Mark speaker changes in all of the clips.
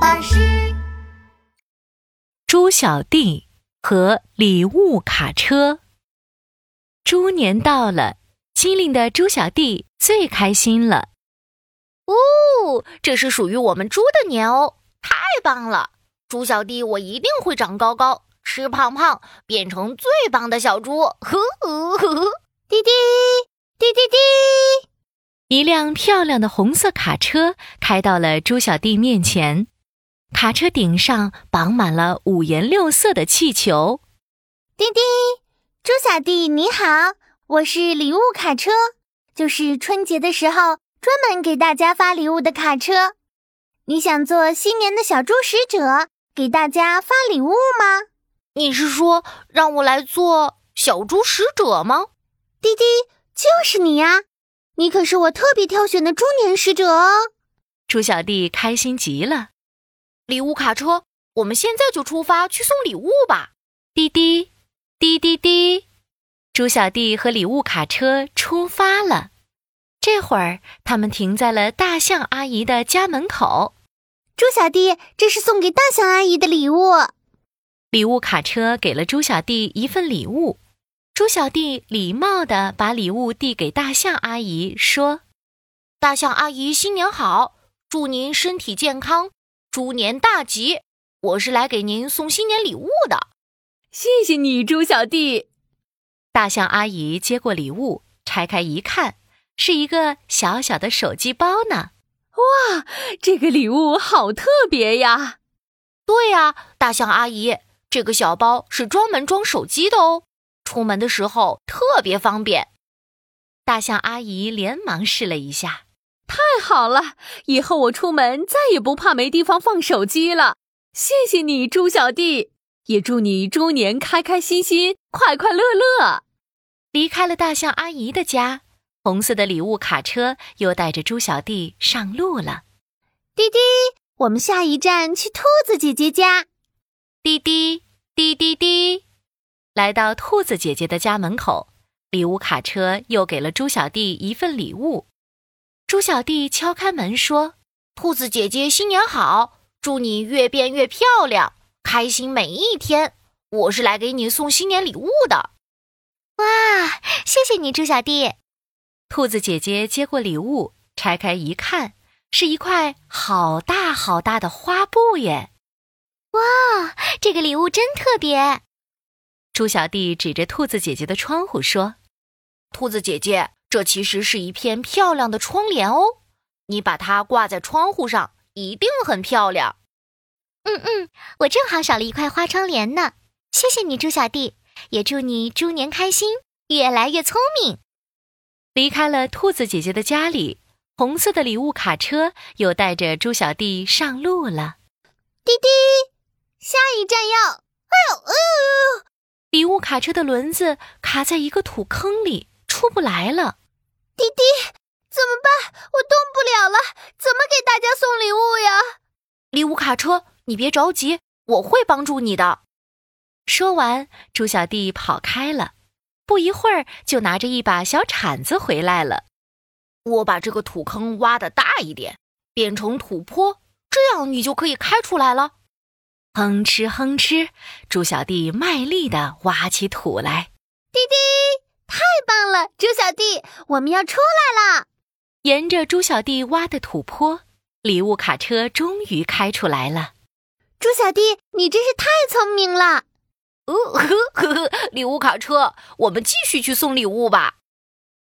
Speaker 1: 巴士。
Speaker 2: 猪小弟和礼物卡车。猪年到了，机灵的猪小弟最开心了。
Speaker 3: 哦，这是属于我们猪的年哦，太棒了！猪小弟，我一定会长高高，吃胖胖，变成最棒的小猪。呵呵呵，
Speaker 1: 滴滴滴滴滴，
Speaker 2: 一辆漂亮的红色卡车开到了猪小弟面前，卡车顶上绑满了五颜六色的气球。
Speaker 1: 滴滴，猪小弟你好，我是礼物卡车，就是春节的时候专门给大家发礼物的卡车。你想做新年的小猪使者，给大家发礼物吗？
Speaker 3: 你是说让我来做小猪使者吗？
Speaker 1: 滴滴，就是你呀、你可是我特别挑选的猪年使者哦。
Speaker 2: 猪小弟开心极了。
Speaker 3: 礼物卡车，我们现在就出发去送礼物吧！
Speaker 2: 滴滴滴滴滴，猪小弟和礼物卡车出发了。这会儿，他们停在了大象阿姨的家门口。
Speaker 1: 猪小弟，这是送给大象阿姨的礼物。
Speaker 2: 礼物卡车给了猪小弟一份礼物。猪小弟礼貌地把礼物递给大象阿姨，说
Speaker 3: 大象阿姨，新年好！祝您身体健康，猪年大吉！我是来给您送新年礼物的。
Speaker 4: 谢谢你，猪小弟。：“
Speaker 2: 大象阿姨接过礼物，拆开一看，是一个小小的手机包呢。
Speaker 4: 这个礼物好特别呀！
Speaker 3: 对呀、大象阿姨，这个小包是专门装手机的哦，出门的时候特别方便。”
Speaker 2: 大象阿姨连忙试了一下。
Speaker 4: 太 好了，以后我出门再也不怕没地方放手机了。谢谢你，猪小弟，也祝你猪年开开心心，快快乐乐。
Speaker 2: 离开了大象阿姨的家，红色的礼物卡车又带着猪小弟上路了。
Speaker 1: 滴滴，我们下一站去兔子姐姐家。
Speaker 2: 滴滴滴滴滴，来到兔子姐姐的家门口，礼物卡车又给了猪小弟一份礼物。猪小弟敲开门说
Speaker 3: 兔子姐姐新年好，祝你越变越漂亮，开心每一天。我是来给你送新年礼物的。
Speaker 1: 哇，谢谢你，猪小弟。：“
Speaker 2: 兔子姐姐接过礼物，拆开一看，是一块好大好大的花布耶
Speaker 1: 这个礼物真特别。！”
Speaker 2: 猪小弟指着兔子姐姐的窗户说
Speaker 3: 兔子姐姐，这其实是一片漂亮的窗帘哦，你把它挂在窗户上，一定很漂亮。
Speaker 1: 嗯嗯，我正好少了一块花窗帘呢。谢谢你，猪小弟，也祝你猪年开心，越来越聪明。：“
Speaker 2: 离开了兔子姐姐的家里，红色的礼物卡车又带着猪小弟上路了。”
Speaker 1: 下一站要，哎呦，哎呦，
Speaker 2: 礼物卡车的轮子卡在一个土坑里，出不来了。
Speaker 1: 滴滴，怎么办？我动不了了，怎么给大家送礼物呀？
Speaker 3: 礼物卡车，你别着急，我会帮助你的。
Speaker 2: 说完，猪小弟跑开了。不一会儿，就拿着一把小铲子回来了。
Speaker 3: 我把这个土坑挖的大一点，变成土坡，这样你就可以开出来了。
Speaker 2: 哼哧哼哧，猪小弟卖力地挖起土来。
Speaker 1: 太棒了，猪小弟，我们要出来了。
Speaker 2: 沿着猪小弟挖的土坡，礼物卡车终于开出来了。
Speaker 1: 猪小弟，你真是太聪明了。
Speaker 3: 呃呵呵呵，礼物卡车，我们继续去送礼物吧。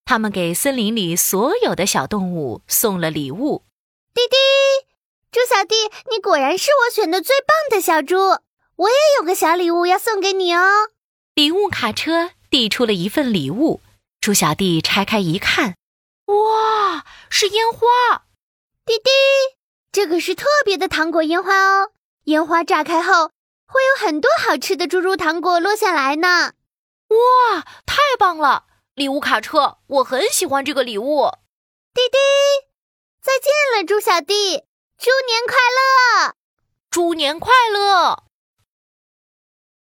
Speaker 2: 他们给森林里所有的小动物送了礼物。
Speaker 1: 猪小弟，你果然是我选的最棒的小猪。我也有个小礼物要送给你哦。
Speaker 2: 礼物卡车递出了一份礼物，猪小弟拆开一看，
Speaker 3: 哇，是烟花！
Speaker 1: 这个是特别的糖果烟花哦，烟花炸开后会有很多好吃的猪猪糖果落下来呢。
Speaker 3: 哇，太棒了！礼物卡车，我很喜欢这个礼物。
Speaker 1: 再见了，猪小弟，猪年快乐！
Speaker 3: 猪年快乐！